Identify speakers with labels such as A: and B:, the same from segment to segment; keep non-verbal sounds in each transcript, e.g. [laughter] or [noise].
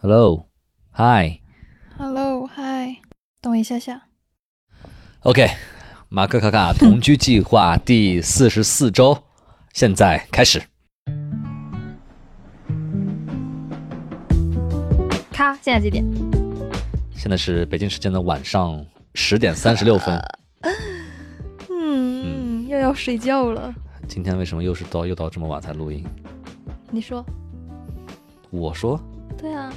A: Hello, Hi,
B: Hello，嗨，等我一下下。
A: OK，马克卡卡同居计划第四十四周，现在开始。
B: 咔，现在几点？
A: 现在是北京时间的晚上十点三十六分。
B: 嗯，又要睡觉了。
A: 今天为什么又是到又到这么晚才录音？
B: 你说？
A: 我说，
B: 对啊，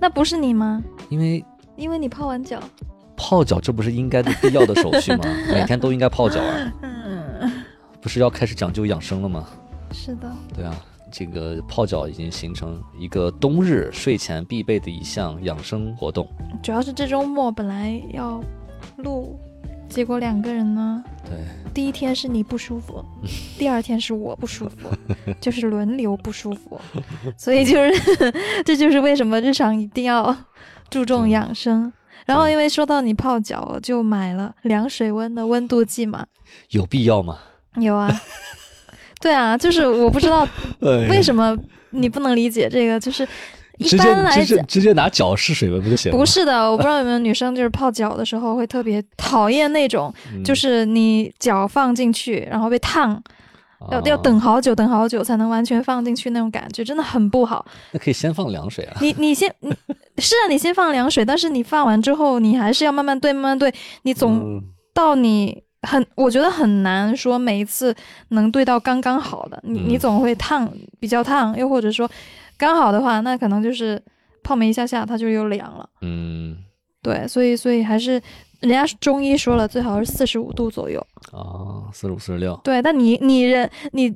B: 那不是你吗？
A: 因为
B: 因为你泡完脚。
A: 泡脚这不是应该的必要的手续吗？每天都应该泡脚啊，
B: 嗯，
A: 不是要开始讲究养生了吗？
B: 是的。
A: 对啊，这个泡脚已经形成一个冬日睡前必备的一项养生活动。
B: 主要是这周末本来要录，结果两个人呢，
A: 对，
B: 第一天是你不舒服，第二天是我不舒服，就是轮流不舒服。所以就是 [laughs] 这就是为什么日常一定要注重
A: 对
B: 养生。然后因为说到你泡脚，我就买了凉水温的温度计嘛。
A: 有必要吗？
B: 有啊，对啊，就是我不知道为什么你不能理解这个，就是一
A: 直接
B: 般来
A: 直接
B: 讲
A: 直接拿脚试水温不就行了吗？
B: 不是的，我不知道有没有女生就是泡脚的时候会特别讨厌那种，
A: 嗯，
B: 就是你脚放进去然后被烫，要
A: 啊
B: 要，等好久，等好久才能完全放进去那种感觉，真的很不好。
A: 那可以先放凉水
B: [laughs]
A: 啊。
B: 你你先你是啊，你先放凉水，但是你放完之后，你还是要慢慢兑，慢慢兑，你总
A: 嗯
B: 到你很，我觉得很难说每一次能对到刚刚好的，你
A: 嗯
B: 你总会烫，比较烫，又或者说刚好的话，那可能就是泡没一下下它就又凉了。
A: 嗯
B: 对，所以所以还是人家中医说了，最好是四十五度左右。
A: 啊，四十五、四十六，
B: 对，但你你人你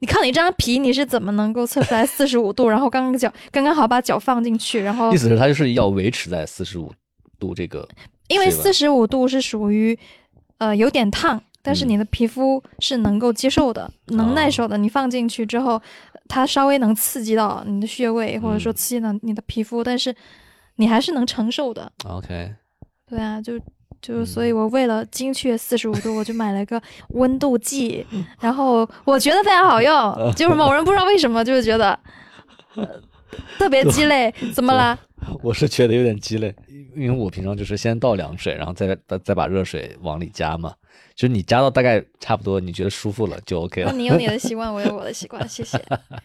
B: 你靠你这张皮，你是怎么能够测出来四十五度，然后刚刚脚刚刚好把脚放进去，然后
A: 意思是它就是要维持在四十五度这个
B: 因为
A: 是吧
B: 四十五度是属于呃有点烫，但是
A: 嗯哦
B: 你的皮肤是能够接受的，能耐受的。你放进去之后，它稍微能刺激到你的穴位，或者说
A: 嗯
B: 刺激到你的皮肤，但是你还是能承受的。
A: OK
B: 对啊，就就
A: 嗯
B: 所以，我为了精确四十五度，我就买了个温度计，
A: [laughs]
B: 然后我觉得非常好用，就是某人不知道为什么就是觉得。呃特别鸡
A: [laughs]
B: 肋，怎么了？
A: 我是觉得有点鸡肋，因为我平常就是先倒凉水，然后再再再把热水往里加嘛，就是你加到大概差不多你觉得舒服了就 OK
B: 那
A: 了。
B: 你有你的习惯，我有我的习惯，谢谢。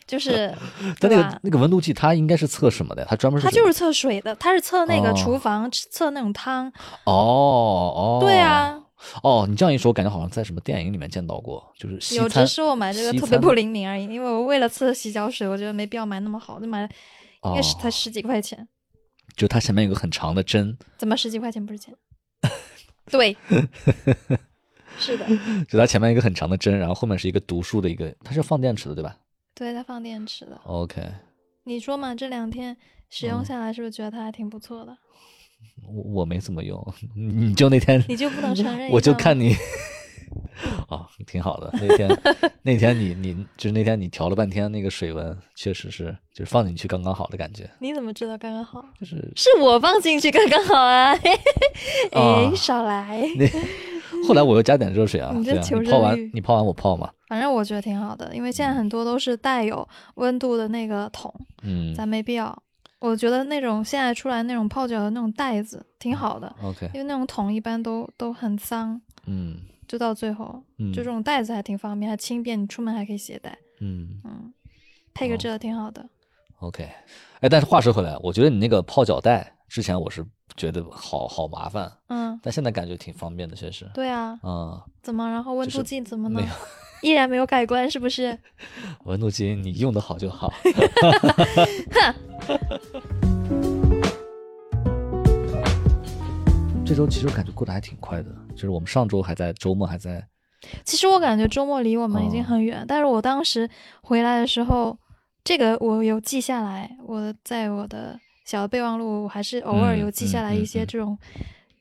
B: 就是，
A: 但那
B: 对
A: 个
B: 吧
A: 那个温度计它应该是测什么的？它专门是
B: 它
A: 什么
B: 就是测水的，它是测那个
A: 哦
B: 厨房、测那种汤。
A: 哦哦，
B: 对啊，
A: 哦，你这样一说，我感觉好像在什么电影里面见到过，就是西
B: 有
A: 餐
B: 只是我买这个
A: 西
B: 特别
A: 餐
B: 不灵敏而已，因为我为了测洗脚水，我觉得没必要买那么好，就买了，应该是
A: 哦
B: 才十几块钱，
A: 就它前面有个很长的针，
B: 怎么十几块钱不是钱？ [laughs]
A: [laughs]
B: 对，是的，
A: 就它前面一个很长的针，然后后面是一个读数的一个，它是放电池的对吧
B: 对，它放电池的。
A: ？OK，
B: 你说嘛，这两天使用
A: 嗯
B: 下来，是不是觉得它还挺不错的？
A: 我我没怎么用，你 [laughs] 就那天
B: 你就不能承认？
A: 我就看你。啊、挺好的。那天那天你你就是那天你调了半天那个水温，确实是就是放进去刚刚好的感觉，
B: 你怎么知道刚刚好？ [laughs]
A: 就是
B: 是我放进去刚刚好
A: [laughs]
B: 啊！嘿嘿嘿
A: 啊
B: 哎，少来。
A: 后来我又加点热水啊，
B: 你这
A: 对啊，
B: 求
A: 你
B: 生
A: 泡完
B: 欲
A: 你泡完我泡嘛，
B: 反正我觉得挺好的，因为现在很多都是带有温度的那个桶，
A: 嗯
B: 咱没必要。我觉得那种现在出来那种泡脚的那种袋子
A: 嗯
B: 挺好的，
A: ，OK，
B: 因为那种桶一般都都很脏，
A: 嗯
B: 就到最后，
A: 嗯，
B: 就这种袋子还挺方便，还轻便，你出门还可以携带，
A: 嗯
B: 嗯，配个
A: 哦
B: 这个挺好的。
A: OK，哎，但是话说回来，我觉得你那个泡脚袋之前我是觉得好好麻烦，
B: 嗯，
A: 但现在感觉挺方便的，确实，
B: 对啊，
A: 啊、
B: 怎么？然后温
A: 就是
B: 度计怎么呢
A: 没？
B: 依然没有改观，是不是？
A: 温度计你用的好就好。 [laughs] 这周其实我感觉过得还挺快的，就是我们上周还在周末还在，
B: 其实我感觉周末离我们已经
A: 哦
B: 很远，但是我当时回来的时候，这个我有记下来，我在我的小备忘录，我还是偶尔
A: 嗯
B: 有记下来
A: 嗯
B: 一
A: 嗯
B: 些
A: 嗯
B: 这种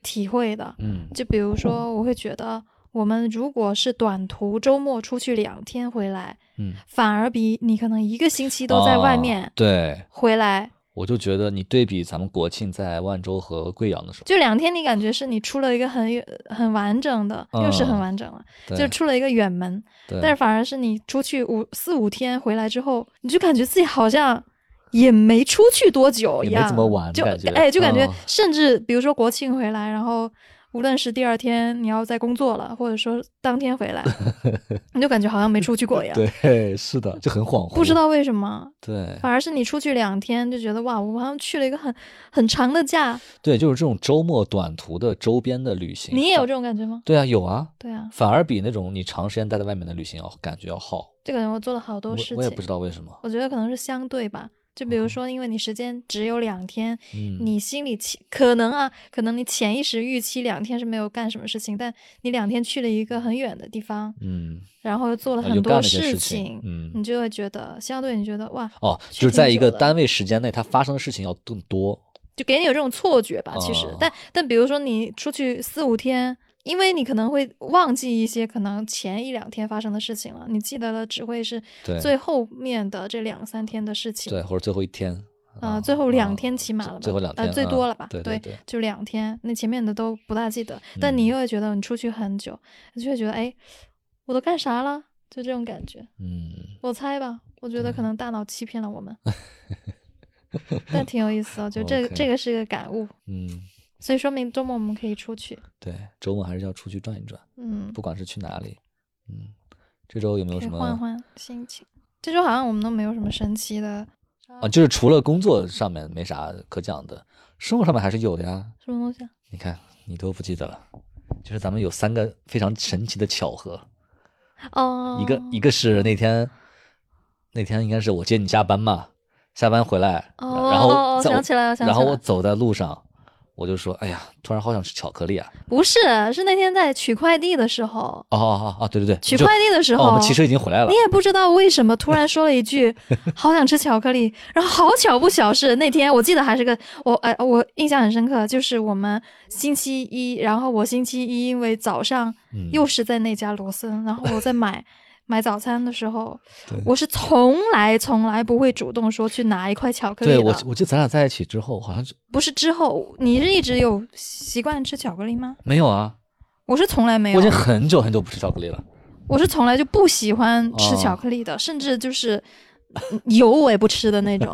B: 体会的。
A: 嗯
B: 就比如说，我会觉得我们如果是短途周末出去两天回来，
A: 嗯，
B: 反而比你可能一个星期 [laughs] 都在外
A: 啊
B: 面
A: 对，
B: 回来，
A: 我就觉得你对比咱们国庆在万州和贵阳的时候，
B: 就两天你感觉是你出了一个很很完整的，又是很
A: 嗯
B: 完整了，
A: 对
B: 就出了一个远门。
A: 对
B: 但是反而是你出去五四五天回来之后，你就感觉自己好像也没出去多久
A: 也
B: 一
A: 没
B: 样，
A: 怎么玩
B: 就
A: 感觉
B: 哎，就感觉
A: 哦
B: 甚至比如说国庆回来，然后无论是第二天你要在工作了，或者说当天
A: [laughs]
B: 回来，你就感觉好像没出去过一样，
A: 对，是的，就很恍惚，
B: 不知道为什么，
A: 对
B: 反而是你出去两天就觉得哇，我好像去了一个很很长的假，
A: 对，就是这种周末短途的周边的旅行，
B: 你也有
A: 反
B: 这种感觉吗？
A: 对啊，有啊，
B: 对啊，
A: 反而比那种你长时间待在外面的旅行要感觉要好。
B: 这个人我做了好
A: 我
B: 多事情，
A: 我也不知道嗯为什么，
B: 我觉得可能是相对吧。就比如说，因为你时间只有两天，
A: 嗯，
B: 你心里期可能啊，可能你潜意识预期两天是没有干什么事情，但你两天去了一个很远的地方，
A: 嗯
B: 然后又做了
A: 啊
B: 很
A: 又干
B: 多
A: 了一些事
B: 情
A: 情，嗯
B: 你就会觉得相对你觉得哇，
A: 哦，
B: 去
A: 就是
B: 挺
A: 在一
B: 久
A: 个
B: 的
A: 单位时间内，它发生的事情要更多。
B: 就给你有这种错觉吧。其实，
A: 哦
B: 但但比如说你出去四五天。因为你可能会忘记一些可能前一两天发生的事情了，你记得了只会是
A: 对
B: 最后面的这两三天的事情。
A: 对，或者最后一天，
B: 啊、
A: 啊
B: 最后两
A: 啊
B: 天起码
A: 最
B: 了吧？
A: 最后两天
B: 呃，最
A: 啊
B: 多了吧？
A: 对对对
B: 就两天，那前面的都不大记得，但你
A: 嗯
B: 又会觉得你出去很久，你就会觉得哎，我都干啥了？就这种感觉，
A: 嗯，
B: 我猜吧，我觉得可能大脑欺骗了
A: [laughs]
B: 我们，但挺有意思的，我觉得这个
A: OK
B: 这个是一个感悟，
A: 嗯，
B: 所以说明周末我们可以出去，
A: 对，周末还是要出去转一转，
B: 嗯，
A: 不管是去哪里，嗯，这周有没有
B: 可以
A: 什么啊
B: 换换心情。这周好像我们都没有什么神奇的
A: 啊？就是除了工作上面没啥可讲的，生活上面还是有的呀。
B: 什么东西、啊，
A: 你看，你都不记得了，就是咱们有三个非常神奇的巧合，
B: 哦，
A: 一个一个是那天那天应该是我接你下班嘛，下班回来，然
B: 哦
A: 然
B: 哦
A: 后
B: 哦
A: 在我
B: 想起来了想
A: 然后
B: 起来
A: 我
B: 了
A: 走在路上，我就说，哎呀，突然好想吃巧克力啊！
B: 不是，是那天在取快递的时候，
A: 哦哦哦哦，对对对，
B: 取
A: 就
B: 快递的时候，
A: 哦，我们骑车已经回来了
B: 你，也不知道为什么突然说了
A: [laughs]
B: 一句“好想吃巧克力”，然后好巧不巧是那天我记得还是个我哎、我印象很深刻，就是我们星期一，然后我星期一因为早上
A: 嗯
B: 又是在那家罗森，然后我在买 [laughs] 买早餐的时候
A: 对，
B: 我是从来从来不会主动说去拿一块巧克力
A: 对我
B: 的，
A: 我记得咱俩在一起之后好像是
B: 不是之后你是一直有习惯吃巧克力吗？
A: 没有啊，
B: 我是从来没有，
A: 我已经很久很久不吃巧克力了。
B: 我是从来就不喜欢吃
A: 哦
B: 巧克力的，甚至就是嗯油我也不吃的那
A: [laughs]
B: 种。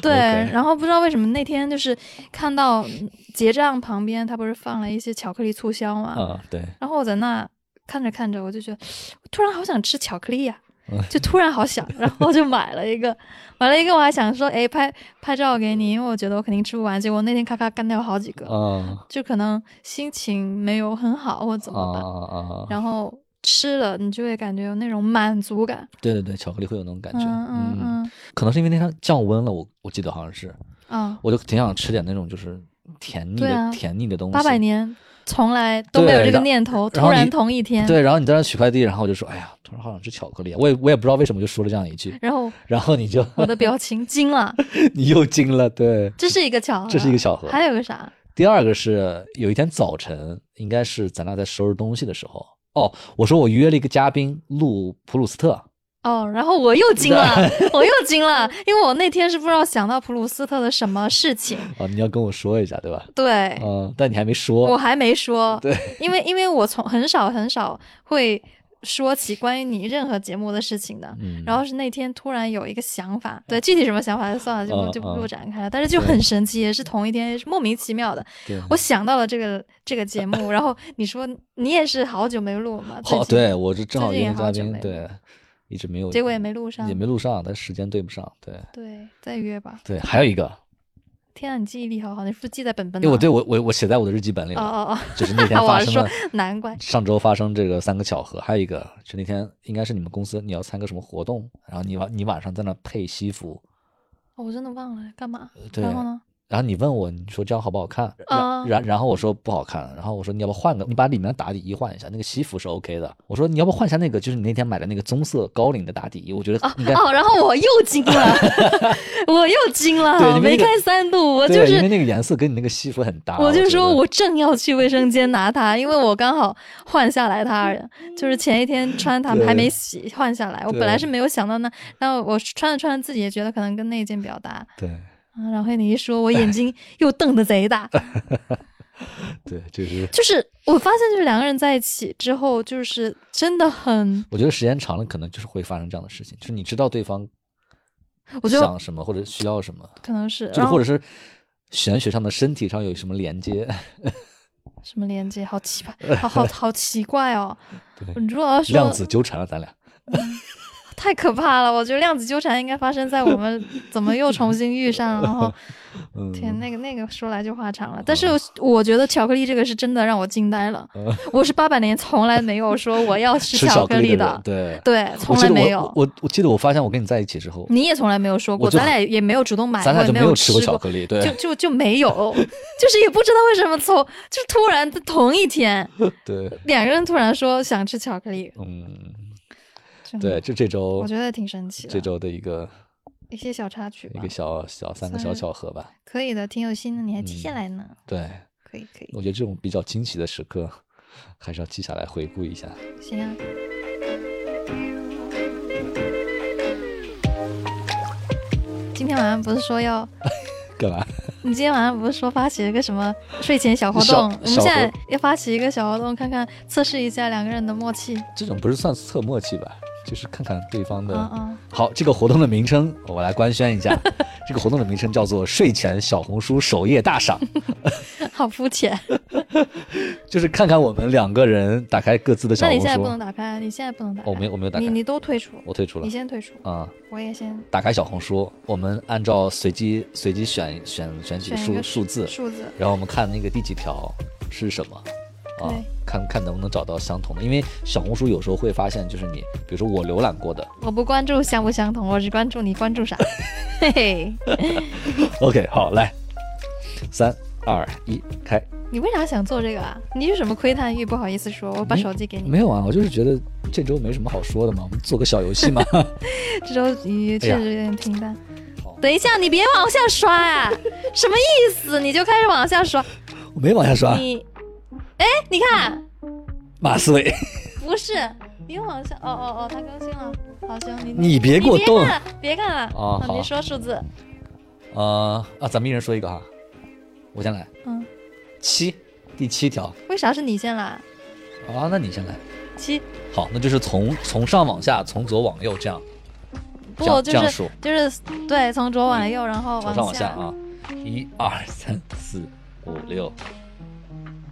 B: 对
A: OK
B: 然后不知道为什么那天就是看到嗯结账旁边，他不是放了一些巧克力促销嘛，
A: 啊，
B: [laughs]
A: 对，
B: 然后我在那看着看着，我就觉得我突然好想吃巧克力呀、
A: 嗯
B: 就突然
A: [laughs]
B: 好想，然后就买了一个，买了一个，我还想说，哎，拍拍照给你，因为我觉得我肯定吃不完，结果那天咔咔干掉好几个，
A: 啊
B: 就可能心情没有很好或怎
A: 啊
B: 么办。
A: 啊啊！
B: 然后吃了，你就会感觉有那种满足感。
A: 对对对，巧克力会有那种感觉，
B: 嗯嗯嗯
A: 可能是因为那天降温了，我我记得好像是，
B: 啊，
A: 我就挺想吃点那种就是甜腻
B: 对
A: 的、
B: 啊
A: 甜腻的东西。
B: 八百年从来都没有
A: 对
B: 这个
A: 然
B: 念头，
A: 然
B: 突
A: 后
B: 然
A: 你
B: 同一天，
A: 对，然后你在那取快递，然后我就说，哎呀，突然好想吃巧克力啊，我也我也不知道为什么就说了这样一句， [laughs]
B: 然后
A: 然后你就 [laughs]
B: 我的表情惊了，
A: 你又惊了，对。
B: 这是一个巧合，
A: 这是一个巧合
B: 还有个啥？
A: 第二个是有一天早晨，应该是咱俩在收拾东西的时候，哦，我说我约了一个嘉宾录普鲁斯特，
B: 哦，然后
A: [laughs]
B: 我又惊了，我又惊了，因为我那天是不知道想到普鲁斯特的什么事情，
A: 啊，你要跟我说一下，对吧？
B: 对，
A: 嗯，但你还没
B: 哎我
A: 说，
B: 还没说，
A: 对，
B: 因为因为我从很少很少会说起关于你任何节目的事情的，
A: 嗯，
B: 然后是那天突然有一个想法，对具体什么想法就算了，就不
A: 嗯
B: 就
A: 嗯
B: 不展开了。但是就很神奇，也是同一天，也是莫名其妙的，
A: 对
B: 我想到了这个这个节目，然后你说你也是好久没录嘛，最
A: 好，
B: 近，
A: 对我是正好
B: 最近
A: 约
B: 也
A: 个嘉
B: 好久
A: 宾
B: 没，录
A: 对，一直没有，
B: 结果也没录上
A: 也，没录上，但时间对不上，对
B: 对，再约吧。
A: 对，还有一个，
B: 天啊，你记忆力好好，你是不是记在本本
A: 因哎
B: 呢？
A: 为我对我我我写在我的日记本里
B: 哦
A: 了，
B: 哦哦，
A: 就是那天
B: [laughs] 我
A: 发
B: 还
A: 生
B: 说
A: 了。
B: 难怪
A: 上周发生这个三个巧合，还有一个是那天应该是你们公司你要参加什么活动，然后你晚你晚上在那配西服，
B: 哦我真的忘了干嘛。
A: 对
B: 然后呢？
A: 然后你问我你说这样好不好看，
B: 啊
A: 然然然后我说不好看，然后我说你要不换个，你把里面的打底衣换一下，那个西服是 OK 的，我说你要不换一下那个，就是你那天买的那个棕色高领的打底衣，我觉得应该、
B: [laughs] 哦，然后我又惊了，
A: [laughs]
B: 我又惊
A: 对
B: 了，
A: 你们那
B: 没
A: 个
B: 开三度，我
A: 对，
B: 就
A: 因
B: 是
A: 为那个颜色跟你那个西服很搭，
B: 我就
A: 觉
B: 说
A: 得
B: 我正要去卫生间拿它，因为我刚好换下来它，就是前一天穿它
A: 对
B: 还没洗，换下来。我
A: 对
B: 本来是没有想到那，然后我穿着穿着自己也觉得可能跟那件比较搭。
A: 对
B: 嗯，然后你一说，我眼睛又瞪得
A: [laughs]
B: 贼大，
A: 对，就是
B: 就是我发现，就是两个人在一起之后，就是真的很
A: 我觉得时间长了可能就是会发生这样的事情，就是你知道对方
B: 我觉得
A: 想什么或者需要什么，
B: 可能是，
A: 就是
B: 然
A: 或
B: 后
A: 者是玄学上的身体上有什么连接，
B: 什么连接，好奇
A: [laughs]
B: 葩，好好好奇怪哦。
A: 对，
B: 你如果要
A: 量
B: 说
A: 子纠缠了，咱俩
B: 太可怕了，我觉得量子纠缠应该发生在我们怎么又重新遇上，然后
A: [laughs] 嗯
B: 天，那个那个说来就话长了。但是我觉得巧克力这个是真的让我惊呆了，我是八百年从来没有说我要吃
A: 嗯吃巧
B: 克
A: 力
B: 力
A: 人，对。
B: 对，
A: 我
B: 从
A: 记
B: 来
A: 得
B: 没
A: 我
B: 有。
A: 我我记得我发现我跟你在一起之后，
B: 你也从来没有说过，
A: 我就
B: 咱俩也没有主动买过，
A: 咱俩就
B: 也
A: 没
B: 有
A: 吃
B: 过
A: 过巧克力，
B: 就
A: 对
B: 就 [laughs] 就没有，就是也不知道为什么从就突然同一天，
A: 对，
B: 两个人突然说想吃巧克力，
A: 嗯，
B: 真的
A: 对，，这这周
B: 我觉得挺神奇
A: 这
B: 的，
A: 周的一个
B: 一些小插曲
A: 一
B: 吧
A: 个，小小三个小
B: 算是
A: 巧合吧，
B: 可以的，挺有心的，你还记下
A: 嗯
B: 来呢，
A: 对，
B: 可以可以，
A: 我觉得这种比较惊喜的时刻，还是要记下来回顾一下。
B: 行啊。今天晚上不是说要，
A: 干嘛？
B: 你今天晚上不是说发起一个什么睡前小活
A: 小
B: 动？我们
A: 小
B: 现
A: 活
B: 在要发起一个小活动，看看测试一下两个人的默契。
A: 这种不是算测默契吧？就是看看对方的。
B: 嗯嗯，
A: 好，这个活动的名称我来官宣一下， [laughs] 这个活动的名称叫做“睡前小红书首页大赏
B: 好肤浅。”，
A: 就是看看我们两个人打开各自的小
B: 那你
A: 红
B: 现在
A: 书。
B: 不能打开，啊你现在不能打开。
A: 哦我没有我没有打
B: 你
A: 开
B: 你都退出，
A: 我退出了
B: 你。先退出，
A: 啊、
B: 我也先
A: 打开小红书，我们按照随机随机选选选几个
B: 选一
A: 数
B: 个
A: 数字，
B: 数字。
A: 然后我们看那个第几条是什么，啊
B: 对，
A: 看看能不能找到相同的。因为小红书有时候会发现，就是你，比如说我浏览过的
B: 我不关注相不相同，我只关注你关
A: [laughs]
B: 注啥。嘿嘿，
A: ，OK，好，来，三二一，开。
B: 你为啥想做这个啊？你有什么窥探欲？不好意思说，我把手机给你。
A: 没有啊，我就是觉得这周没什么好说的嘛，我们做个小游
B: [laughs]
A: 戏嘛。
B: 这周你确实有
A: 哎
B: 点平淡。
A: 好
B: 等一下，你别往下刷啊！什么意思？你就开始往下刷，
A: 我没往下刷，
B: 你，哎，你看，
A: 马思唯，
B: 不是，你往下，哦哦哦，它更新了。好，行，你
A: 你别给我动
B: 别看了，别看了。
A: 哦
B: 啊
A: 好
B: 你说数字，
A: 呃啊，咱们一人说一个哈，我先来
B: 嗯，
A: 七，第七条
B: 为啥是你先来？
A: 啊，那你先来。
B: 七
A: 好，那就是从从上往下，从左往右这样，这
B: 不
A: 样这
B: 就
A: 样
B: 是
A: 数，
B: 就是对，从左往右，然后
A: 从上往下啊，一二三四五六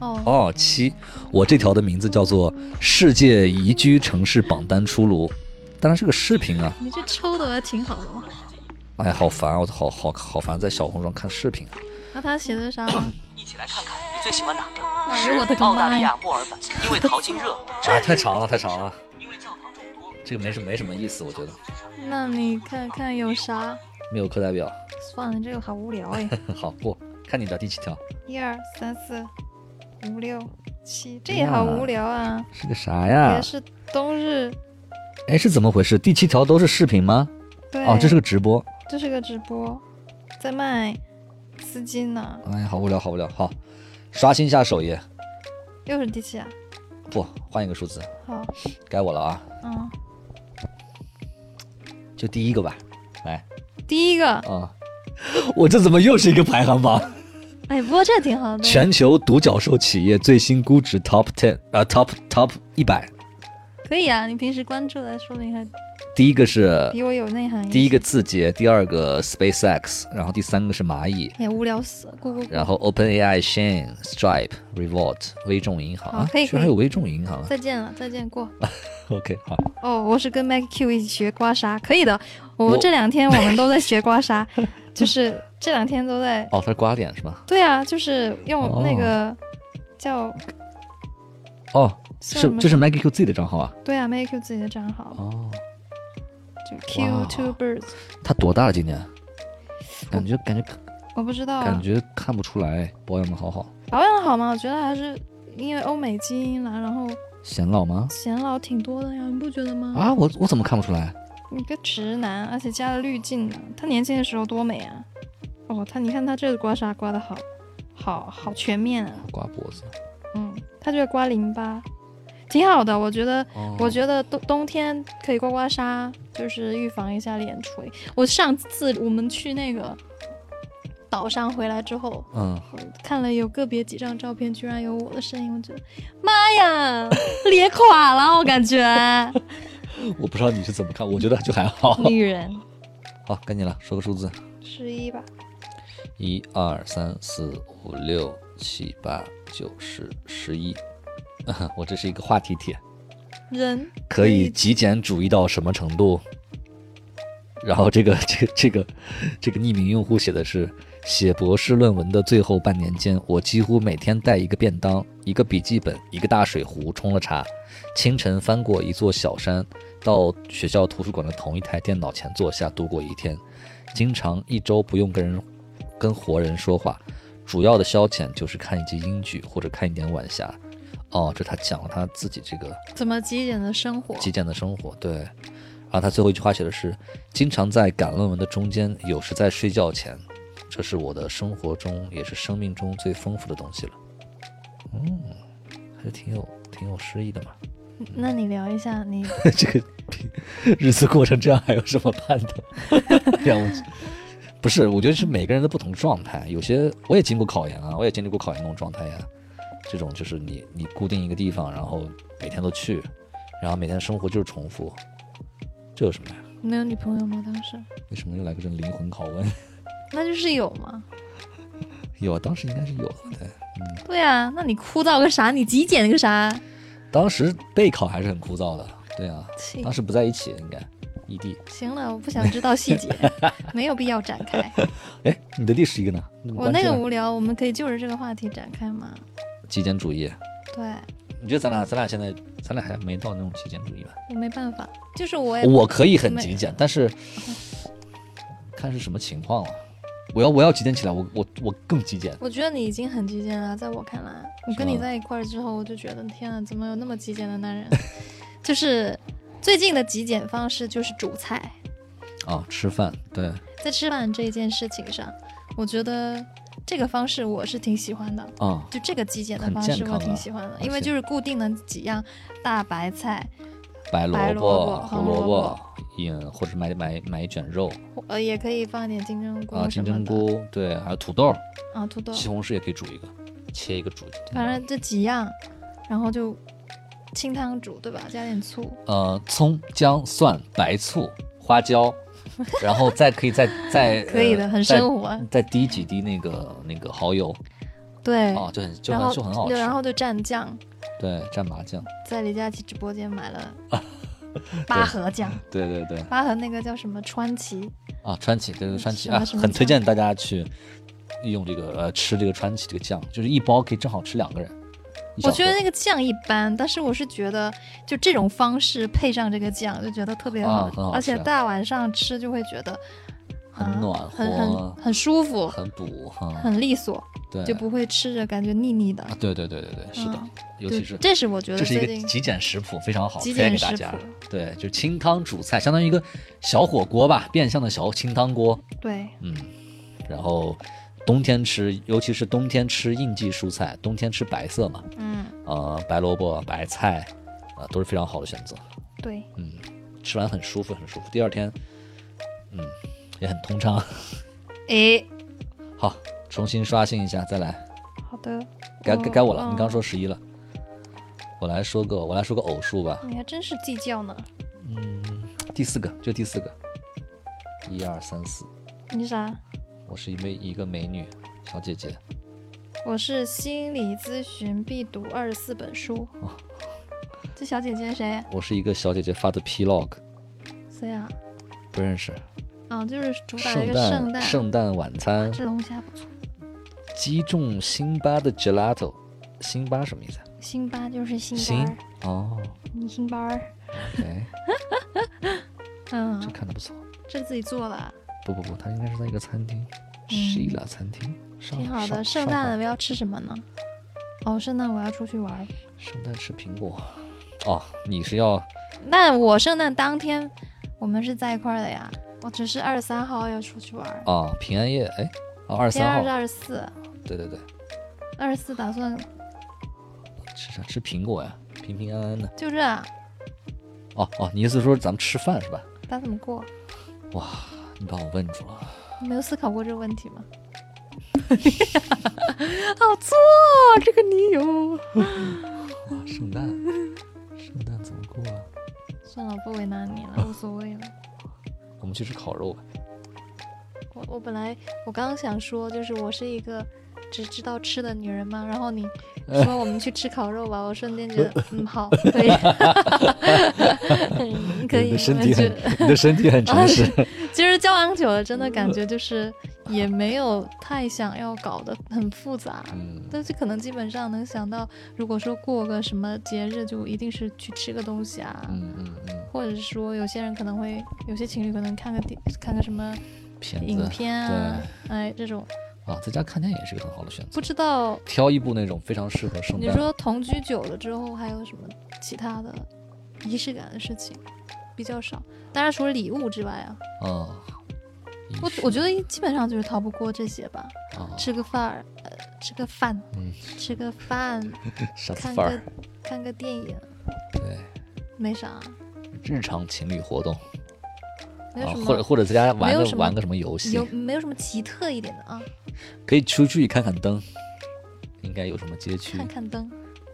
B: 哦，
A: 哦七，我这条的名字叫做“世界宜居城市榜单出炉”，当然是个视频啊，
B: 你这抽的还挺好的嘛。哦
A: 哎，好烦啊，我好好好烦，在小红书上看视频。啊
B: 那他
A: [coughs]
B: 写的啥吗？
C: 一起来看看你最喜欢哪个？
B: 哎
C: 十
B: 呦我 [coughs] 的
C: 澳大
B: 妈
C: 利
B: 呀
C: 亚墨尔本，因为淘金热，
A: [laughs] 啊，太长了，太长了，
C: 因为教堂众多。
A: 这个没什没什么意思，我觉得
B: 那你看看有啥？
A: 没有课代表。 [laughs]
B: 算了，这个好无聊哎。
A: 好，过，看你的第七条
B: [laughs] 一二三四五六七，这也好无聊啊，
A: 是个啥
B: 也
A: 呀？
B: 是冬日。
A: 哎，是怎么回事？第七条都是视频吗？
B: 对，
A: 哦，这是个直播。
B: 这是个直播，在卖丝巾呢，
A: 哎，好无聊，好无聊。好，刷新一下首页。
B: 又是第七啊。
A: 不，换一个数字，
B: 好，
A: 该我了啊，
B: 嗯，
A: 就第一个吧。来
B: 第一个，
A: 啊、我这怎么又是一个排行榜？
B: 哎，不过这挺好的。
A: 全球独角兽企业最新估值 Top Ten 啊、t o p Top 一百。
B: 可以啊，你平时关注的，说不定还
A: 第一个是
B: 比我有内涵。
A: 呃第一个字节，第二个 SpaceX，然后第三个是蚂蚁，
B: 也哎无聊死了，咕咕咕。
A: 然后 OpenAI、Shane、Stripe、Revolt、微众银行
B: 好
A: 啊，
B: 可以
A: 居然
B: 可以
A: 有微众银行啊
B: 再见了，再见过。
A: ！OK，好，
B: 哦，我是跟 Mac Q 一起学刮痧，可以的。我
A: 我
B: 们这两天我们都在学刮痧，
A: [laughs]
B: 就是这两天都在。
A: 哦，它是刮脸是吧？
B: 对啊，就是用那
A: 哦
B: 个叫
A: 哦，
B: 算
A: 是
B: 吗
A: 这是 Maggie Q 自己的账号啊？
B: 对啊 Mac Q 自己的账号，
A: 哦，
B: 就
A: 哇
B: QTubers，
A: 他多大了今年？感觉感觉
B: 我不知道
A: 感
B: 啊，
A: 觉看不出来，保养的好好，
B: 保养的好吗？我觉得还是因为欧美基因啦，然后
A: 显老吗？
B: 显老挺多的呀，你不觉得吗？
A: 啊，我我怎么看不出来？
B: 你个直男，而且加了滤镜呢。他年轻的时候多美啊！哦，他你看他这个刮痧刮的好，好好全面啊。
A: 刮脖子。
B: 嗯，他这个刮淋巴，挺好的。我觉得，
A: 哦
B: 我觉得冬冬天可以刮刮痧，就是预防一下脸垂。我上次我们去那个岛上回来之后，
A: 嗯，
B: 我看了有个别几张照片，居然有我的身影，我觉得妈 [laughs] 呀，脸垮了，我感觉
A: 我不知道你是怎么看，我觉得就还好。 [laughs]
B: 女人。
A: 好，该你了，说个数字，
B: 十一吧，
A: 一二三四五六七八九十十一。 [laughs] 我这是一个话题帖，
B: 人
A: 可以极简主义到什么程度？然后这个这个这个这个匿名用户写的是，写博士论文的最后半年间，我几乎每天带一个便当、一个笔记本、一个大水壶，冲了茶。清晨翻过一座小山，到学校图书馆的同一台电脑前坐下度过一天。经常一周不用跟人跟活人说话，主要的消遣就是看一集英剧或者看一点晚霞。哦，这他讲了他自己这个
B: 怎么极简的生活？
A: 极简的生活，对。然后他最后一句话写的是：经常在赶论文的中间，有时在睡觉前，这是我的生活中也是生命中最丰富的东西了。嗯，还是挺有挺有诗意的嘛。
B: 那你聊一下 [laughs] 你
A: [laughs] 这个日子过成这样，还有什么盼头？ [laughs] 让我不是，我觉得是每个人的不同状态。有些我也经过考研啊，我也经历过考研那种状态呀。这种就是你你固定一个地方，然后每天都去，然后每天生活就是重复，这有什么呀？
B: 没有女朋友吗？当时
A: 为什么又来个这灵魂拷问？ [laughs]
B: 那就是有嘛。
A: 有啊，当时应该是有的。
B: 对啊，那你枯燥个啥？你极简个啥？
A: 当时备考还是很枯燥的，对啊，
B: 气
A: 当时不在一起，应该异地。
B: 行了，我不想知道细
A: [laughs]
B: 节，没有必要展开。
A: 哎，你的第十一个呢？你怎么
B: 我那
A: 关
B: 个
A: 注呢
B: 无聊，我们可以就着这个话题展开嘛。
A: 极简主义，
B: 对
A: 你觉得咱俩咱俩现在咱俩还没到那种极简主义吧？
B: 我没办法，就是我也
A: 我可以很
B: 哎没
A: 极简，但是看是什么情况了、啊我要我要极简起来，我我我更极简。
B: 我觉得你已经很极简了，在我看来，我跟你
A: 是吗
B: 在一块儿之后，我就觉得天啊，怎么有那么极简的男人？ [laughs] 就是最近的极简方式就是煮菜，
A: 啊，吃饭，对，
B: 在吃饭这一件事情上，我觉得这个方式我是挺喜欢的。
A: 啊，
B: 就这个极简的
A: 很
B: 方
A: 健
B: 式，我
A: 康
B: 挺
A: 啊
B: 喜欢的，
A: 而
B: 因为
A: 且
B: 就是固定的几样大白菜，
A: 白萝
B: 白萝
A: 卜、
B: 卜
A: 胡
B: 红
A: 萝
B: 萝
A: 卜
B: 卜，
A: 嗯，或者买买买一卷肉
B: 呃，也可以放一点金针菇
A: 啊，金
B: 什
A: 针
B: 么的
A: 菇，对，还有土豆，
B: 啊，土豆，
A: 西红柿也可以煮一个，切一个煮。
B: 反正这几样，然后就清汤煮，对吧？加点醋，
A: 呃，葱、姜、蒜、白醋、花
B: [laughs]
A: 椒，然后再可以再再
B: 可以的，
A: 呃
B: 很
A: 再
B: 生活。
A: 再滴几滴那个那个蚝油
B: 对，
A: 啊，就很就
B: 然后
A: 很就很好吃。
B: 然后就蘸酱，
A: 对，蘸麻酱，
B: 在李佳琦直播间买
A: [laughs]
B: 了八盒酱，
A: 对对对
B: 八盒那个叫什么川崎，
A: 啊，川崎，对对川崎
B: 什么
A: 啊，
B: 什么
A: 很推
B: 酱
A: 荐大家去用这个呃吃这个川崎这个酱，就是一包可以正好吃两个人。一
B: 我
A: 小
B: 觉得
A: 盒
B: 那个酱一般，但是我是觉得就这种方式配上这个酱，就觉得特别
A: 啊
B: 好，
A: 很好
B: 而且
A: 吃
B: 大晚上吃就会觉得
A: 很
B: 啊
A: 暖和
B: 很很很舒服，
A: 很补哈，
B: 很利索，
A: 对，
B: 就不会吃着感觉腻腻的。
A: 啊，对对对对对，是的
B: 嗯，
A: 尤
B: 就
A: 其是
B: 这是我觉得
A: 这是一
B: 最
A: 个
B: 近
A: 极简食谱，非常好，
B: 极
A: 推荐给
B: 简
A: 大
B: 食
A: 家
B: 谱。
A: 对，就清汤煮菜，相当于一个小火锅吧，变相的小清汤锅。
B: 对
A: 嗯，然后冬天吃，尤其是冬天吃应季蔬菜，冬天吃白色嘛，
B: 嗯
A: 呃，白萝卜、白菜，啊、都是非常好的选择。
B: 对，
A: 嗯，吃完很舒服，很舒服。第二天，嗯，也很通畅。 [laughs]
B: 诶，
A: 哎好，重新刷新一下，再来。
B: 好的，
A: 该该该我了，你刚刚
B: 嗯
A: 说十一了，我来说个，我来说个偶数吧。嗯
B: 你还真是计较呢，
A: 第四个，就第四个，一二三四，
B: 你啥？
A: 我是一位一个美女小姐姐，
B: 我是心理咨询必读二十四本书。
A: 哦
B: 这小姐姐谁？啊
A: 我是一个小姐姐发的 Plog，
B: 谁啊？
A: 不认识。
B: 啊，就是主打一
A: 圣
B: 个
A: 诞
B: 诞，
A: 圣诞晚餐，
B: 这龙虾不错。
A: 击中辛巴的 gelato，辛巴什么意思啊？
B: 辛巴就是辛
A: 辛
B: 巴儿，
A: 哦
B: 你辛巴儿。
A: ，OK，这
B: 嗯，
A: 看的不错。
B: 这自己做的，
A: 不不不，他应该是在一个餐厅，希腊餐厅，上
B: 嗯挺好的。
A: 上
B: 圣
A: 上
B: 诞我
A: 海
B: 们要吃什么呢？哦，圣诞我要出去玩儿。
A: 圣诞吃苹果。哦，你是要
B: 那我圣诞当天我们是在一块儿的呀，我只是二十三号要出去玩儿，
A: 啊平安夜哎，哦二十
B: 第
A: 三
B: 二是
A: 号，
B: 二十四，
A: 对对对，
B: 二十四打算
A: 吃啥吃苹果呀，平平安安的。
B: 就这啊，
A: 哦哦，你意思说咱们吃饭是吧？
B: 打怎么过？
A: 哇，你把我问住了。
B: 你没有思考过这个问题
A: [laughs]
B: 吗？好错
A: 啊
B: 哦，这个你有。
A: 哇，啊圣诞，圣诞怎么过啊？
B: 算了，不为难你了，无所谓了。
A: 我们去吃烤肉吧。
B: 我我本来我刚刚想说，就是我是一个只知道吃的女人嘛，然后你说我们去吃烤肉吧，我瞬间
A: [laughs]
B: 觉得嗯好，可以， [laughs] 嗯可
A: 你
B: 以，
A: 的
B: 我哦
A: 身体
B: 觉
A: 很
B: 得，
A: 你的身体
B: [laughs]
A: 很诚实。
B: 其实交往久了，真的感觉就是也没有太想要搞得很复杂，
A: 嗯
B: 但是可能基本上能想到，如果说过个什么节日，就一定是去吃个东西啊，
A: 嗯嗯嗯，
B: 或者是说有些人可能会，有些情侣可能看个电看个什么
A: 片子
B: 影片啊，哎这种
A: 啊，在家看电影也是个很好的选择。
B: 不知道。
A: 挑一部那种非常适合圣
B: 你
A: 诞。
B: 说同居久了之后还有什么其他的仪式感的事情？比较少，当然除了礼物之外啊，
A: 啊，仪
B: 我
A: 式
B: 我觉得基本上就是逃不过这些吧。
A: 啊，
B: 吃个饭儿，呃，吃个饭，
A: 嗯
B: 吃个饭，
A: 啥
B: 看
A: 范
B: 个
A: 儿？
B: 看个电影，
A: 对，
B: 没啥，
A: 日常情侣活动
B: 没有
A: 啊
B: 什，
A: 或者
B: 么
A: 或者在家
B: 没
A: 玩
B: 有
A: 个
B: 什么
A: 玩个什么游戏
B: 有，没有什么奇特一点的啊？
A: 可以出去看看灯，应该有什么街区
B: 看？看灯，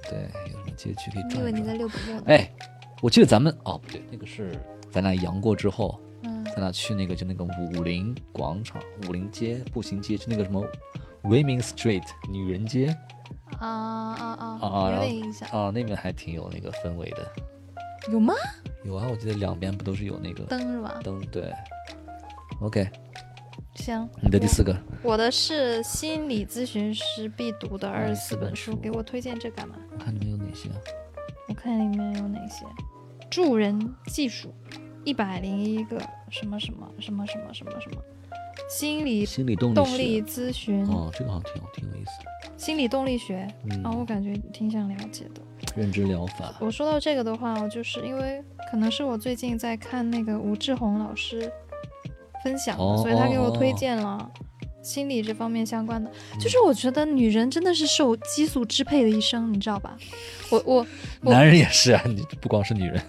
A: 对，有什么街区可以
B: 你以
A: 转
B: 为
A: 一
B: 你在
A: 转？
B: 遛狗呢？
A: 哎，我记得咱们哦，不对，那个是咱俩阳过之后，
B: 嗯，
A: 咱俩去那个就那个武武林广场、武林街步行街，就那个什么 Women Street 女人街
B: 啊啊
A: 啊啊，
B: 啊，有
A: 然
B: 点印象，
A: 后啊，那边还挺有那个氛围的。
B: 有吗？
A: 有啊，我记得两边不都是有那个
B: 灯是吧？
A: 灯？对。OK，
B: 行，
A: 你的第四个，
B: 我，我的是心理咨询师必读的二十四
A: 24
B: 本
A: 哎本
B: 书，
A: 书
B: 给我推荐这干嘛？
A: 我看你们有哪些啊？
B: 我看里面有哪些，助人技术，一百零一个什么什么什么什么什么什么，心理
A: 心理动力
B: 动
A: 学
B: 力咨询，
A: 哦，这个好像挺有挺有意思的。
B: 心理动力学
A: 嗯，
B: 啊、我感觉挺想了解的。
A: 认知疗法。
B: 我说到这个的话，我就是因为可能是我最近在看那个吴志红老师分享的，
A: 哦
B: 所以他给我
A: 哦
B: 推
A: 哦嗯
B: 荐了心理这方面相关的。 [laughs] 就是我觉得女人真的是受激素支配的一生，你知道吧？我我我
A: 男人也是啊，你不光是女人，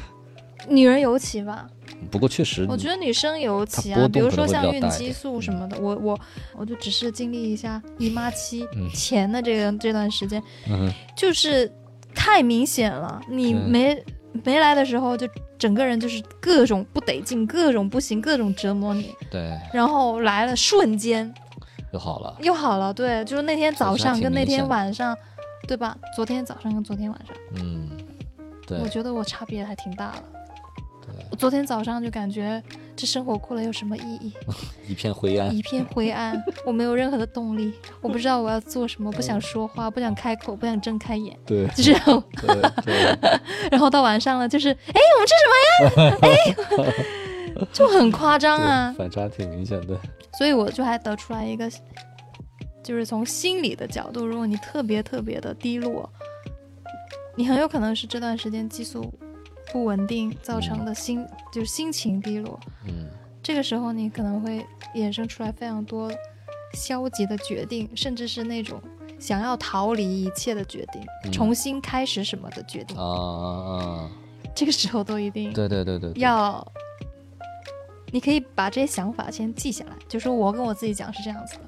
A: [laughs]
B: 女人尤其吧，
A: 不过确实你，
B: 我觉得女生尤其
A: 它
B: 啊，
A: 波
B: 比
A: 动
B: 如
A: 可
B: 说
A: 能会
B: 像
A: 比
B: 孕
A: 较大一
B: 激
A: 点嗯
B: 素什么的，我我我就只是经历一下姨妈期
A: 嗯
B: 前的这个、这段时间，
A: 嗯
B: 就是太明显了，你
A: 对
B: 没没来的时候就整个人就是各种不得劲，各种不行，各种折磨你，
A: 哼，对，
B: 然后来了瞬间
A: 就好了。
B: 又好了，对，就是那天早
A: 还
B: 上
A: 挺
B: 跟那
A: 明显
B: 天
A: 的
B: 晚上，对吧？昨天早上跟昨天晚上，
A: 嗯，对
B: 我觉得我差别还挺大的。
A: 对，
B: 我昨天早上就感觉这生活过了有什么意义？
A: 一片灰暗
B: 一。片
A: [laughs]
B: 灰暗，我没有任何的动力，我不知道我要做什么，不想说话，不想开口，不想睁开眼，
A: 对
B: 就是，
A: 对
B: [laughs]
A: 对，
B: 然后到晚上了，就是，哎，我们吃什么呀？哎， [laughs] 就很夸张啊，
A: 反差挺明显的。
B: 所以我就还得出来一个，就是从心理的角度，如果你特别特别的低落，你很有可能是这段时间激素不稳定造成的心，就是心情低落，
A: 嗯，
B: 这个时候你可能会衍生出来非常多消极的决定，甚至是那种想要逃离一切的决定，
A: 嗯
B: 重新开始什么的决定，
A: 啊啊啊！
B: 这个时候都一定
A: 对对对对，对
B: 要。你可以把这些想法先记下来，就说我跟我自己讲是这样子的，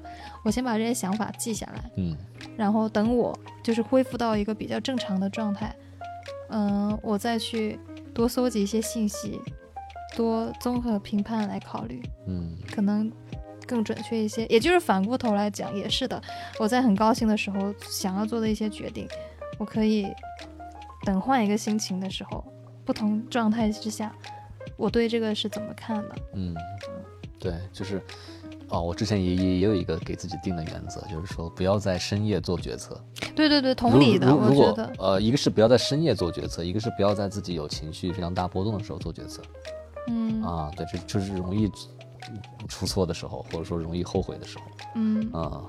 B: 我先把这些想法记下来，
A: 嗯
B: 然后等我就是恢复到一个比较正常的状态，嗯、我再去多搜集一些信息，多综合评判来考虑。
A: 嗯
B: 可能更准确一些。也就是反过头来讲，也是的。我在很高兴的时候想要做的一些决定，我可以等换一个心情的时候，不同状态之下，我对这个是怎么看的？
A: 嗯，对，就是。哦，我之前也也也有一个给自己定的原则，就是说不要在深夜做决策。
B: 对对对，同理的，
A: 如
B: 我
A: 如如
B: 觉
A: 果
B: 得，
A: 呃，一个是不要在深夜做决策，一个是不要在自己有情绪非常大波动的时候做决策。
B: 嗯
A: 啊，对，这就是容易出错的时候，或者说容易后悔的时候
B: 嗯
A: 啊。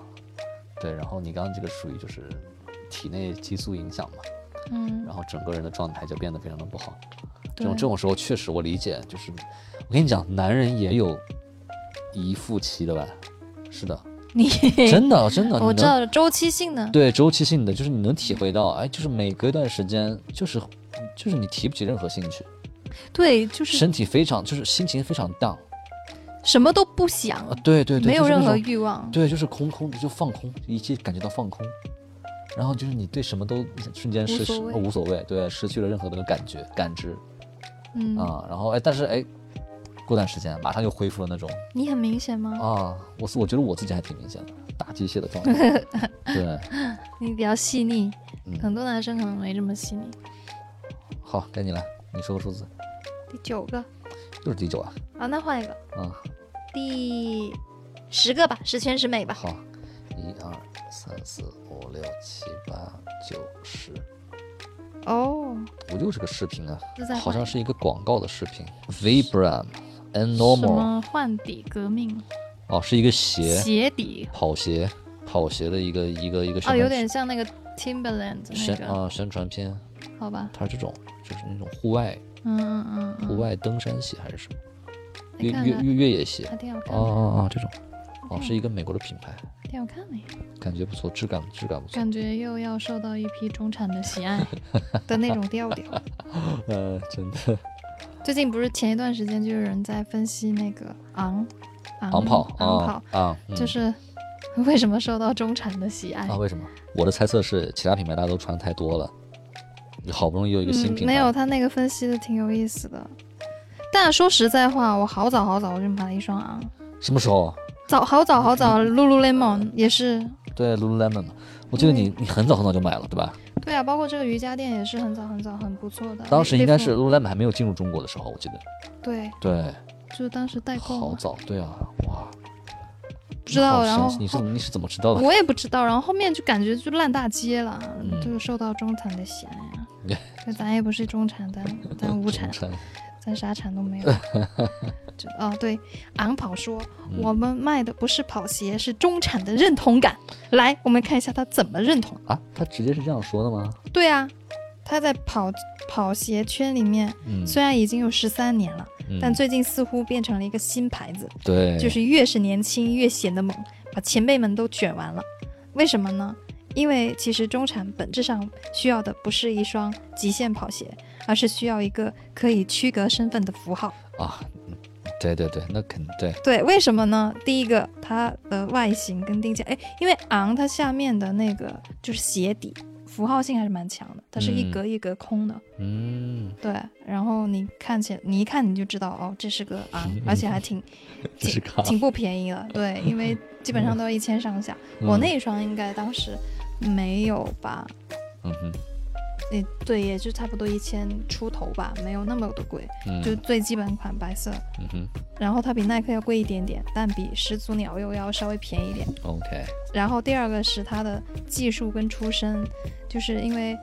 A: 对，然后你刚刚这个属于就是体内激素影响嘛，
B: 嗯
A: 然，后整个人的状态就变得非常的不好。这
B: 对
A: 种这种时候确实我理解，就是我跟你讲，男人也有一复期的吧？是的，
B: 你 [laughs]
A: 真的真的，
B: 我
A: 你
B: 知
A: 能
B: 道了周期性的，
A: 对周期性的，就是你能体会到，哎，就是每隔一段时间，就是就是你提不起任何兴趣，
B: 对，就是
A: 身体非常就是心情非常 down
B: 什么都不想
A: 啊，，对对对，
B: 没有
A: 就是那
B: 任何
A: 种
B: 欲望，
A: 对，就是空空的，就放空，一切感觉到放空，然后就是你对什么都瞬间
B: 无
A: 失
B: 所
A: 去
B: 谓
A: 呃无所谓，对，失去了任何的感觉感知啊
B: 嗯
A: 啊、然后哎，但是哎，过段时间马上就恢复了那种
B: 你很明显吗？
A: 啊，我是我觉得我自己还挺明显的，大机械的状态。
B: [laughs]
A: 对，
B: 你比较细腻，很
A: 嗯，
B: 多男生可能没这么细腻。
A: 好，该你了，你说个数字，
B: 第九个
A: 又是第九啊，
B: 啊，那换一个，
A: 啊，
B: 第十个吧，十全十美吧。
A: 好，一二三四五六七八九十，
B: 哦，
A: 我又是个视频啊
B: 又在，
A: 好像
B: 换
A: 是一个广告的视频，Vibram
B: 什
A: Normal
B: 么换底革命、
A: 哦，是一个鞋，
B: 鞋底
A: 跑鞋，跑鞋的一个一个一个宣
B: 哦，
A: 传
B: 有点像那个 Timberland 那
A: 宣
B: 个，
A: 啊宣传片，
B: 好吧？
A: 它是这种，就是那种户外
B: 嗯嗯嗯
A: 户外登山鞋还是什么，
B: 嗯，
A: 越
B: 你看
A: 越
B: 看，
A: 越越野鞋，
B: 还挺好看
A: 哦
B: 的，
A: 哦哦，这种，
B: 嗯
A: 哦是一个美国的品牌，
B: 挺好看的呀。
A: 感觉不错，质感质感不错，
B: 感觉又要受到一批中产的喜爱的那种调调。
A: [laughs] 呃，真的
B: 最近不是前一段时间就有人在分析那个昂
A: 昂跑
B: 昂
A: 啊
B: 跑，
A: 啊，嗯
B: 就是哎为什么受到中产的喜爱
A: 啊？？为什么？我的猜测是其他品牌大家都穿太多了，好不容易有一个新
B: 嗯，
A: 品牌，
B: 没有，他那个分析的挺有意思的。但说实在话，我好早好早我就买了一双昂，
A: 什么时候？
B: 早好早好早，Lululemon
A: 嗯
B: 也是，
A: 对，Lululemon 嘛，我记得你你很早很早就买了，对吧？
B: 对啊，包括这个瑜伽垫也是很早很早很不错的。
A: 当时应该是
B: Leaf-
A: Lululemon 还没有进入中国的时候，我记得。
B: 对，
A: 对，
B: 就是当时代购
A: 好
B: 嘛，
A: 早，对啊，哇，
B: 不知道，
A: 好
B: 然
A: 神
B: 后
A: 奇你是你是怎么知道的？
B: 我也不知道，然后后面就感觉就烂大街了，
A: 嗯
B: 就是受到中产的喜爱
A: [laughs]
B: 啊。对，咱也不是中产，咱咱无产
A: 中，山
B: 咱啥产都
A: [laughs]
B: 没有。就哦，对，昂跑说、
A: 嗯
B: 我们卖的不是跑鞋，是中产的认同感。来，我们看一下他怎么认同。
A: 啊，他直接是这样说的吗？
B: 对啊，他在跑跑鞋圈里面，
A: 嗯，
B: 虽然已经有十三年了，
A: 嗯
B: 但最近似乎变成了一个新牌子。
A: 对，
B: 就是越是年轻越显得猛，把前辈们都卷完了。为什么呢？因为其实中产本质上需要的不是一双极限跑鞋，而是需要一个可以区隔身份的符号。
A: 啊，嗯对对对，那肯对，
B: 对，为什么呢？第一个，它的外形跟定价，哎，因为昂它下面的那个就是鞋底符号性还是蛮强的，它是一
A: 嗯
B: 格一格空的。
A: 嗯，
B: 对，然后你看起来，你一看你就知道，哦，这是个昂，而且还
A: [laughs]
B: 挺
A: 这是
B: 挺
A: 个昂嗯
B: 挺不便宜的。对，因为基本上都要一千上下。我那一双应该当时没有吧？
A: 嗯哼，
B: 诶，对，也就差不多一千出头吧，没有那么的贵，
A: 嗯
B: 就最基本款白色。
A: 嗯哼
B: 然后它比耐克要贵一点点，但比始祖鸟又要稍微便宜一点。
A: ，OK，
B: 然后第二个是它的技术跟出身，就是因为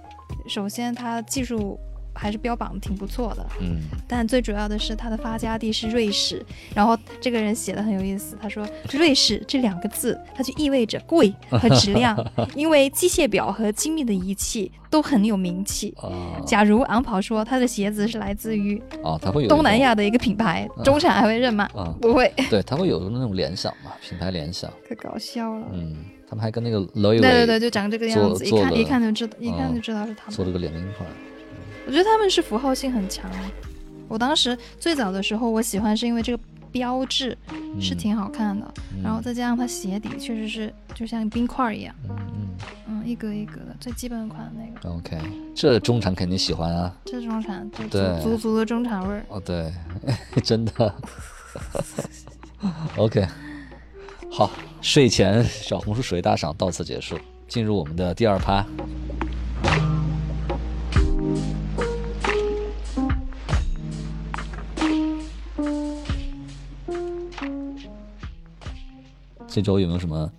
B: 首先它技术还是标榜挺不错的，
A: 嗯，
B: 但最主要的是他的发家地是瑞士，然后这个人写的很有意思，他说“瑞士”这两个字，它就意味着贵和质量，因为机械表和精密的仪器都很有名气。
A: 啊
B: 假如昂跑说他的鞋子是来自于
A: 啊，他会有一
B: 东南
A: 种
B: 亚的一个品牌，中产还会认吗？
A: 啊，
B: 不会，
A: 对，他会有那种联想嘛，品牌联想，
B: 可搞笑了。
A: 嗯，他们还跟那个 l o y
B: 对对对，就长这个样子，一
A: 做
B: 看
A: 做
B: 一看就知道，一看
A: 嗯
B: 就知道是他们
A: 做。了个联名款，
B: 我觉得他们是符号性很强的。我当时最早的时候，我喜欢是因为这个标志是
A: 嗯
B: 挺好看的，
A: 嗯
B: 然后再加上它鞋底确实是就像冰块儿一样，
A: 嗯
B: 嗯，一格一格的，最基本款的那个，
A: 嗯，OK，这中产肯定喜欢啊，
B: 这是中产，就
A: 对
B: 足足足的中产味儿。
A: 哦，对， [laughs] 真的。OK，好，睡前小红书水大赏到此结束，进入我们的第二趴。这周有没有什么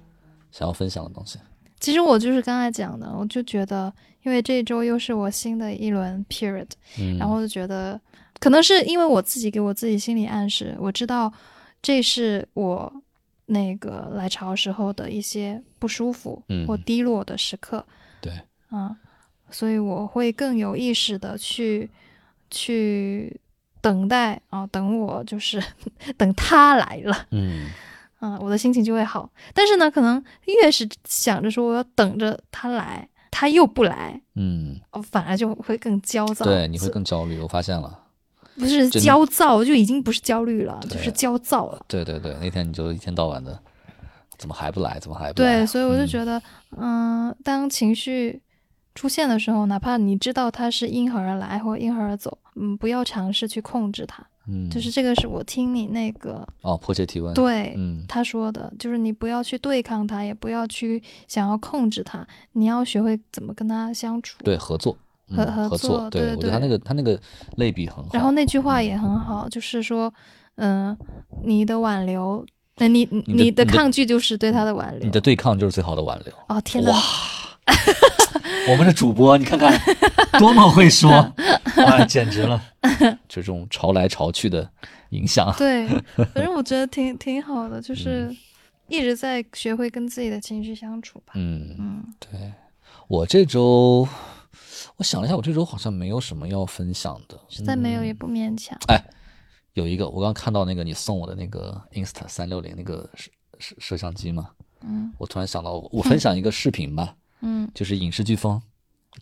A: 想要分享的东西？
B: 其实我就是刚才讲的，我就觉得，因为这周又是我新的一轮 period，、
A: 嗯，
B: 然后就觉得，可能是因为我自己给我自己心理暗示，我知道这是我那个来潮时候的一些不舒服
A: 嗯
B: 或低落的时刻，
A: 对，
B: 啊，所以我会更有意识的去去等待啊，等我就是 [laughs] 等他来了，
A: 嗯
B: 啊，我的心情就会好。但是呢，可能越是想着说我要等着他来，他又不来，
A: 嗯，
B: 我反而就会更焦躁。
A: 对，你会
B: 所
A: 更焦虑，我发现了。
B: 不是
A: 真
B: 焦躁，就已经不是焦虑了，就
A: 对
B: 是焦躁了。
A: 对对对，那天你就一天到晚的，怎么还不来？怎么还不来？
B: 对，所以我就觉
A: 得，
B: 得，嗯、当情绪出现的时候，哪怕你知道它是因何而来或因何而走，嗯，不要尝试去控制它，
A: 嗯，
B: 就是这个是我听你那个
A: 哦，迫切提问，，
B: 对、
A: 嗯
B: 他说的，就是你不要去对抗他，也不要去想要控制他，你要学会怎么跟他相处。
A: 对，合作，嗯
B: 合合
A: 合
B: 作对
A: 对，我觉得他
B: 对
A: 那个他那个类比很好，
B: 然后那句话也很好，就是说，嗯、你的挽留，那你你
A: 你的
B: 你的
A: 你的嗯
B: 抗拒就是对他的挽留
A: 你。的对抗就是最好的挽留。
B: 哦天哪！
A: 我们的主播，你看
B: [laughs]
A: 看多么会说，啊，简直了！这种潮来潮去的影响，
B: 对，
A: [laughs]
B: 反正我觉得挺挺好的，就是
A: 嗯
B: 一直在学会跟自己的情绪相处吧。
A: 嗯，
B: 嗯，
A: 对我这周，我想了一下，我这周好像没有什么要分享的。
B: 实在没有
A: 嗯
B: 也不勉强。
A: 哎有一个，我刚看到那个你送我的那个 Insta 三六零那个摄摄摄像机嘛，
B: 嗯
A: 我突然想到，我我分享一个视频吧，
B: 嗯，
A: 就是影视飓风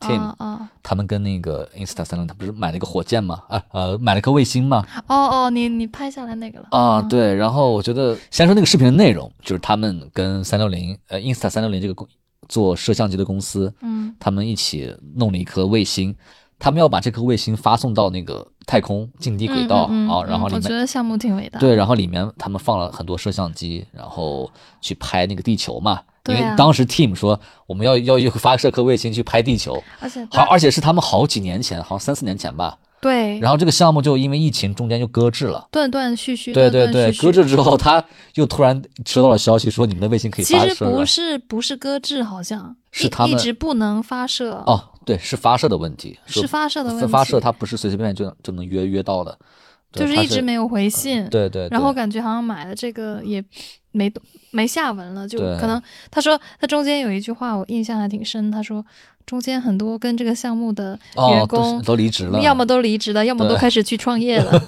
A: Tim、
B: 啊啊
A: 他们跟那个 Insta 三六零，他不是买了一个火箭嘛，啊呃，买了颗卫星嘛，
B: 哦哦，你你拍下来那个了？
A: 啊，对，然后我觉得先说那个视频的内容，就是他们跟三六零呃 Insta 三六零这个公做摄像机的公司，
B: 嗯
A: 他们一起弄了一颗卫星，他们要把这颗卫星发送到那个太空近地轨道啊、
B: 嗯嗯嗯
A: 然后
B: 嗯
A: 里
B: 我觉
A: 面。
B: 得项目挺伟大。
A: 对，然后里面他们放了很多摄像机，然后去拍那个地球嘛。因
B: 对啊
A: 为当时 Team 说我们要要要发射颗卫星去拍地球，
B: 而且
A: 好，
B: 它
A: 而且是他们好几年前，好像三四年前吧。
B: 对
A: 然后这个项目就因为疫情中间就搁置了。
B: 断断续续，
A: 对对
B: 断
A: 对
B: 断，续续
A: 搁置之后，他又突然收到了消息说你们的卫星可以
B: 其
A: 发
B: 实
A: 射了
B: 不。是不是搁置，好像
A: 是
B: 一
A: 他们
B: 一直不能发射，
A: 哦，对，是发射的问题，
B: 是发射的问题，
A: 发射它不是随随便便就就能约约到的，对嗯
B: 就是
A: 它
B: 一直没有回信。
A: 对对，对
B: 然后感觉好像买了这个也没动没下文了，就
A: 对
B: 可能他说他中间有一句话我印象还挺深，他说中间很多跟这个项目的员
A: 哦都
B: 工
A: 是都离职了，
B: 要么都离职了，要么
A: 对
B: 都开始去创业
A: [laughs]
B: 了，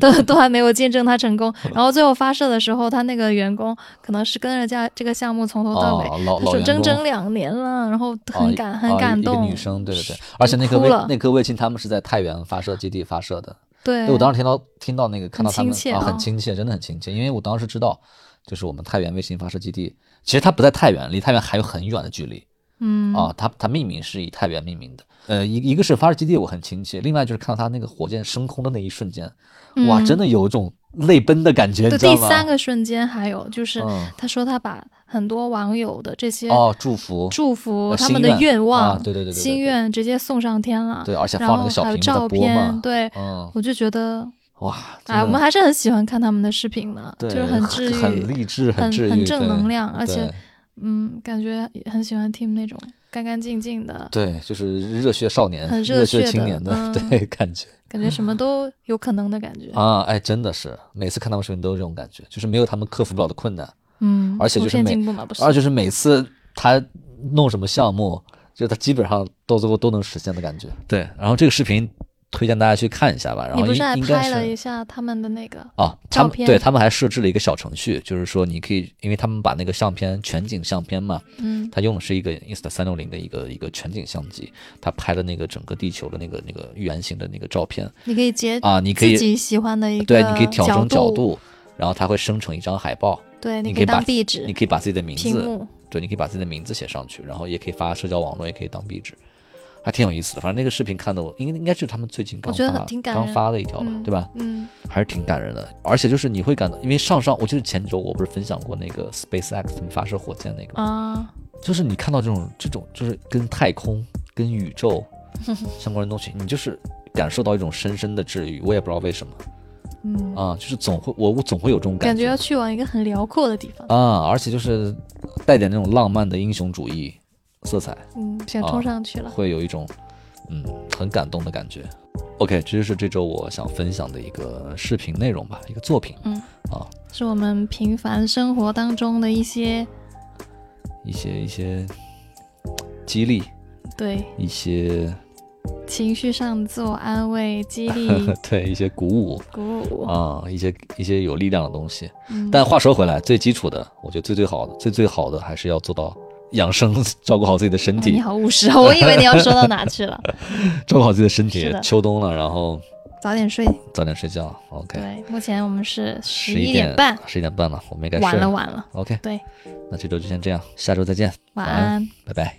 B: 都都还没有见证他成功。然后最后发射的时候，他那个员工可能是跟着家这个项目从头到尾，
A: 哦老
B: 他
A: 老
B: 说
A: 员
B: 整
A: 工
B: 整两年了，然后很感、
A: 哦
B: 很
A: 一
B: 感
A: 一个
B: 动。
A: 女生，对对对，而且那颗
B: 哭
A: 卫
B: 了
A: 那颗卫星他们是在太原发射基地发射的，
B: 对，
A: 对我当时听到听到那个看到他们
B: 很亲切
A: 啊，
B: 啊
A: 很亲切，真的很亲切，因为我当时知道。就是我们太原卫星发射基地，其实它不在太原，离太原还有很远的距离。
B: 嗯
A: 啊，它它命名是以太原命名的。呃，一一个是发射基地，我很亲切；，另外就是看到它那个火箭升空的那一瞬间，哇，
B: 嗯
A: 真的有一种泪奔的感觉，你
B: 对
A: 知道
B: 第
A: 吗？
B: 三个瞬间还有就是
A: 嗯
B: 他说他把很多网友的这些
A: 哦，祝福，
B: 祝福
A: 呃
B: 他
A: 心
B: 们的
A: 愿
B: 愿望，
A: 啊对对对对对对
B: 心愿直接送上天了。
A: 对，而且
B: 然
A: 放了
B: 后
A: 个小
B: 还有
A: 屏幕
B: 照
A: 在播
B: 片
A: 嘛，，
B: 对，
A: 嗯，
B: 我就觉得，
A: 哇，真
B: 哎，我们
A: 的
B: 还是很喜欢看他们的视频的，就
A: 对，
B: 是很治
A: 很
B: 愈，
A: 励志，
B: 很
A: 治愈，
B: 很正
A: 对
B: 能量，而且
A: 对
B: 嗯，感觉也很喜欢 Team 那种干干净净的，
A: 对，就是热血少年
B: 很、热
A: 热血
B: 血
A: 青
B: 的
A: 年的
B: 嗯
A: [laughs] 对感觉
B: 感觉什么都有可能的感觉。
A: 啊，哎，真的是每次看他们视频都有这种感觉，就是没有他们克服不了的困难。
B: 嗯，
A: 而且
B: 无
A: 就是
B: 限
A: 每
B: 进步嘛，不是
A: 而？就是每次他弄什么项目，就他基本上到最后都能实现的感觉。对，然后这个视频推荐大家去看一下吧。然
B: 你
A: 后
B: 不
A: 应
B: 是还
A: 应该
B: 拍
A: 是
B: 了一下他们的那个？
A: 啊，他
B: 照
A: 们
B: 片
A: 对他们还设置了一个小程序，就是说你可以，因为他们把那个相片全景相片嘛，
B: 嗯
A: 他用的是一个 Insta 三六零的一个一个全景相机，他拍的那个整个地球的那个那个圆形的那个照片
B: 你可以截
A: 啊，你可
B: 自
A: 以
B: 己喜欢的一个
A: 对，你可以调整角
B: 角，
A: 度，然后它会生成一张海报，
B: 对，
A: 你
B: 你
A: 可以把
B: 当壁纸，
A: 你可以把自己的名
B: 屏
A: 字
B: 幕，
A: 对，你可以把自己的名字写上去，然后也可以发社交网络，也可以当壁纸，还挺有意思的。反正那个视频看的我，应应该就是他们最近刚
B: 我觉得
A: 发
B: 挺感
A: 刚
B: 人
A: 发的一条吧，
B: 嗯
A: 对吧？
B: 嗯。
A: 还是挺感人的。而且就是你会感到，因为上上，我记得前几周我不是分享过那个 SpaceX 他们发射火箭那个，
B: 啊，
A: 就是你看到这种这种就是跟太空、跟宇宙相关的东西，你就是感受到一种深深的治愈。我也不知道为什么
B: 嗯，
A: 啊，就是总会我我总会有这种
B: 感
A: 觉
B: 觉要去往一个很辽阔的地方，
A: 啊，而且就是带点那种浪漫的英雄主义色彩。
B: 嗯，想
A: 啊
B: 冲上去了。
A: 会有一种嗯很感动的感觉。OK，这就是这周我想分享的一个视频内容吧，一个作品，
B: 嗯
A: 啊，
B: 是我们平凡生活当中的一些
A: 一些一些激励，
B: 对
A: 一些、
B: 情绪上的自我安慰、激励
A: [laughs] 对一些鼓舞
B: 鼓舞。
A: 啊，一些一些有力量的东西。
B: 嗯，
A: 但话说回来，最基础的，我觉得最最好的、最最好的还是要做到养生， [laughs] 照顾好自己的身
B: 哇
A: 体
B: 你，好务实啊，我以为你要说到哪
A: [laughs]
B: 去了。
A: 照顾好自己的身体
B: 是。的
A: 秋冬了，然后
B: 早点睡。
A: 早点睡觉。OK，
B: 对，目前我们是
A: 十
B: 一点半，
A: 十一点半了，我们也该
B: 晚
A: 睡
B: 了晚了。
A: OK，
B: 对，
A: 那这周就先这样，下周再见，
B: 晚
A: 晚安
B: 安。
A: 拜拜。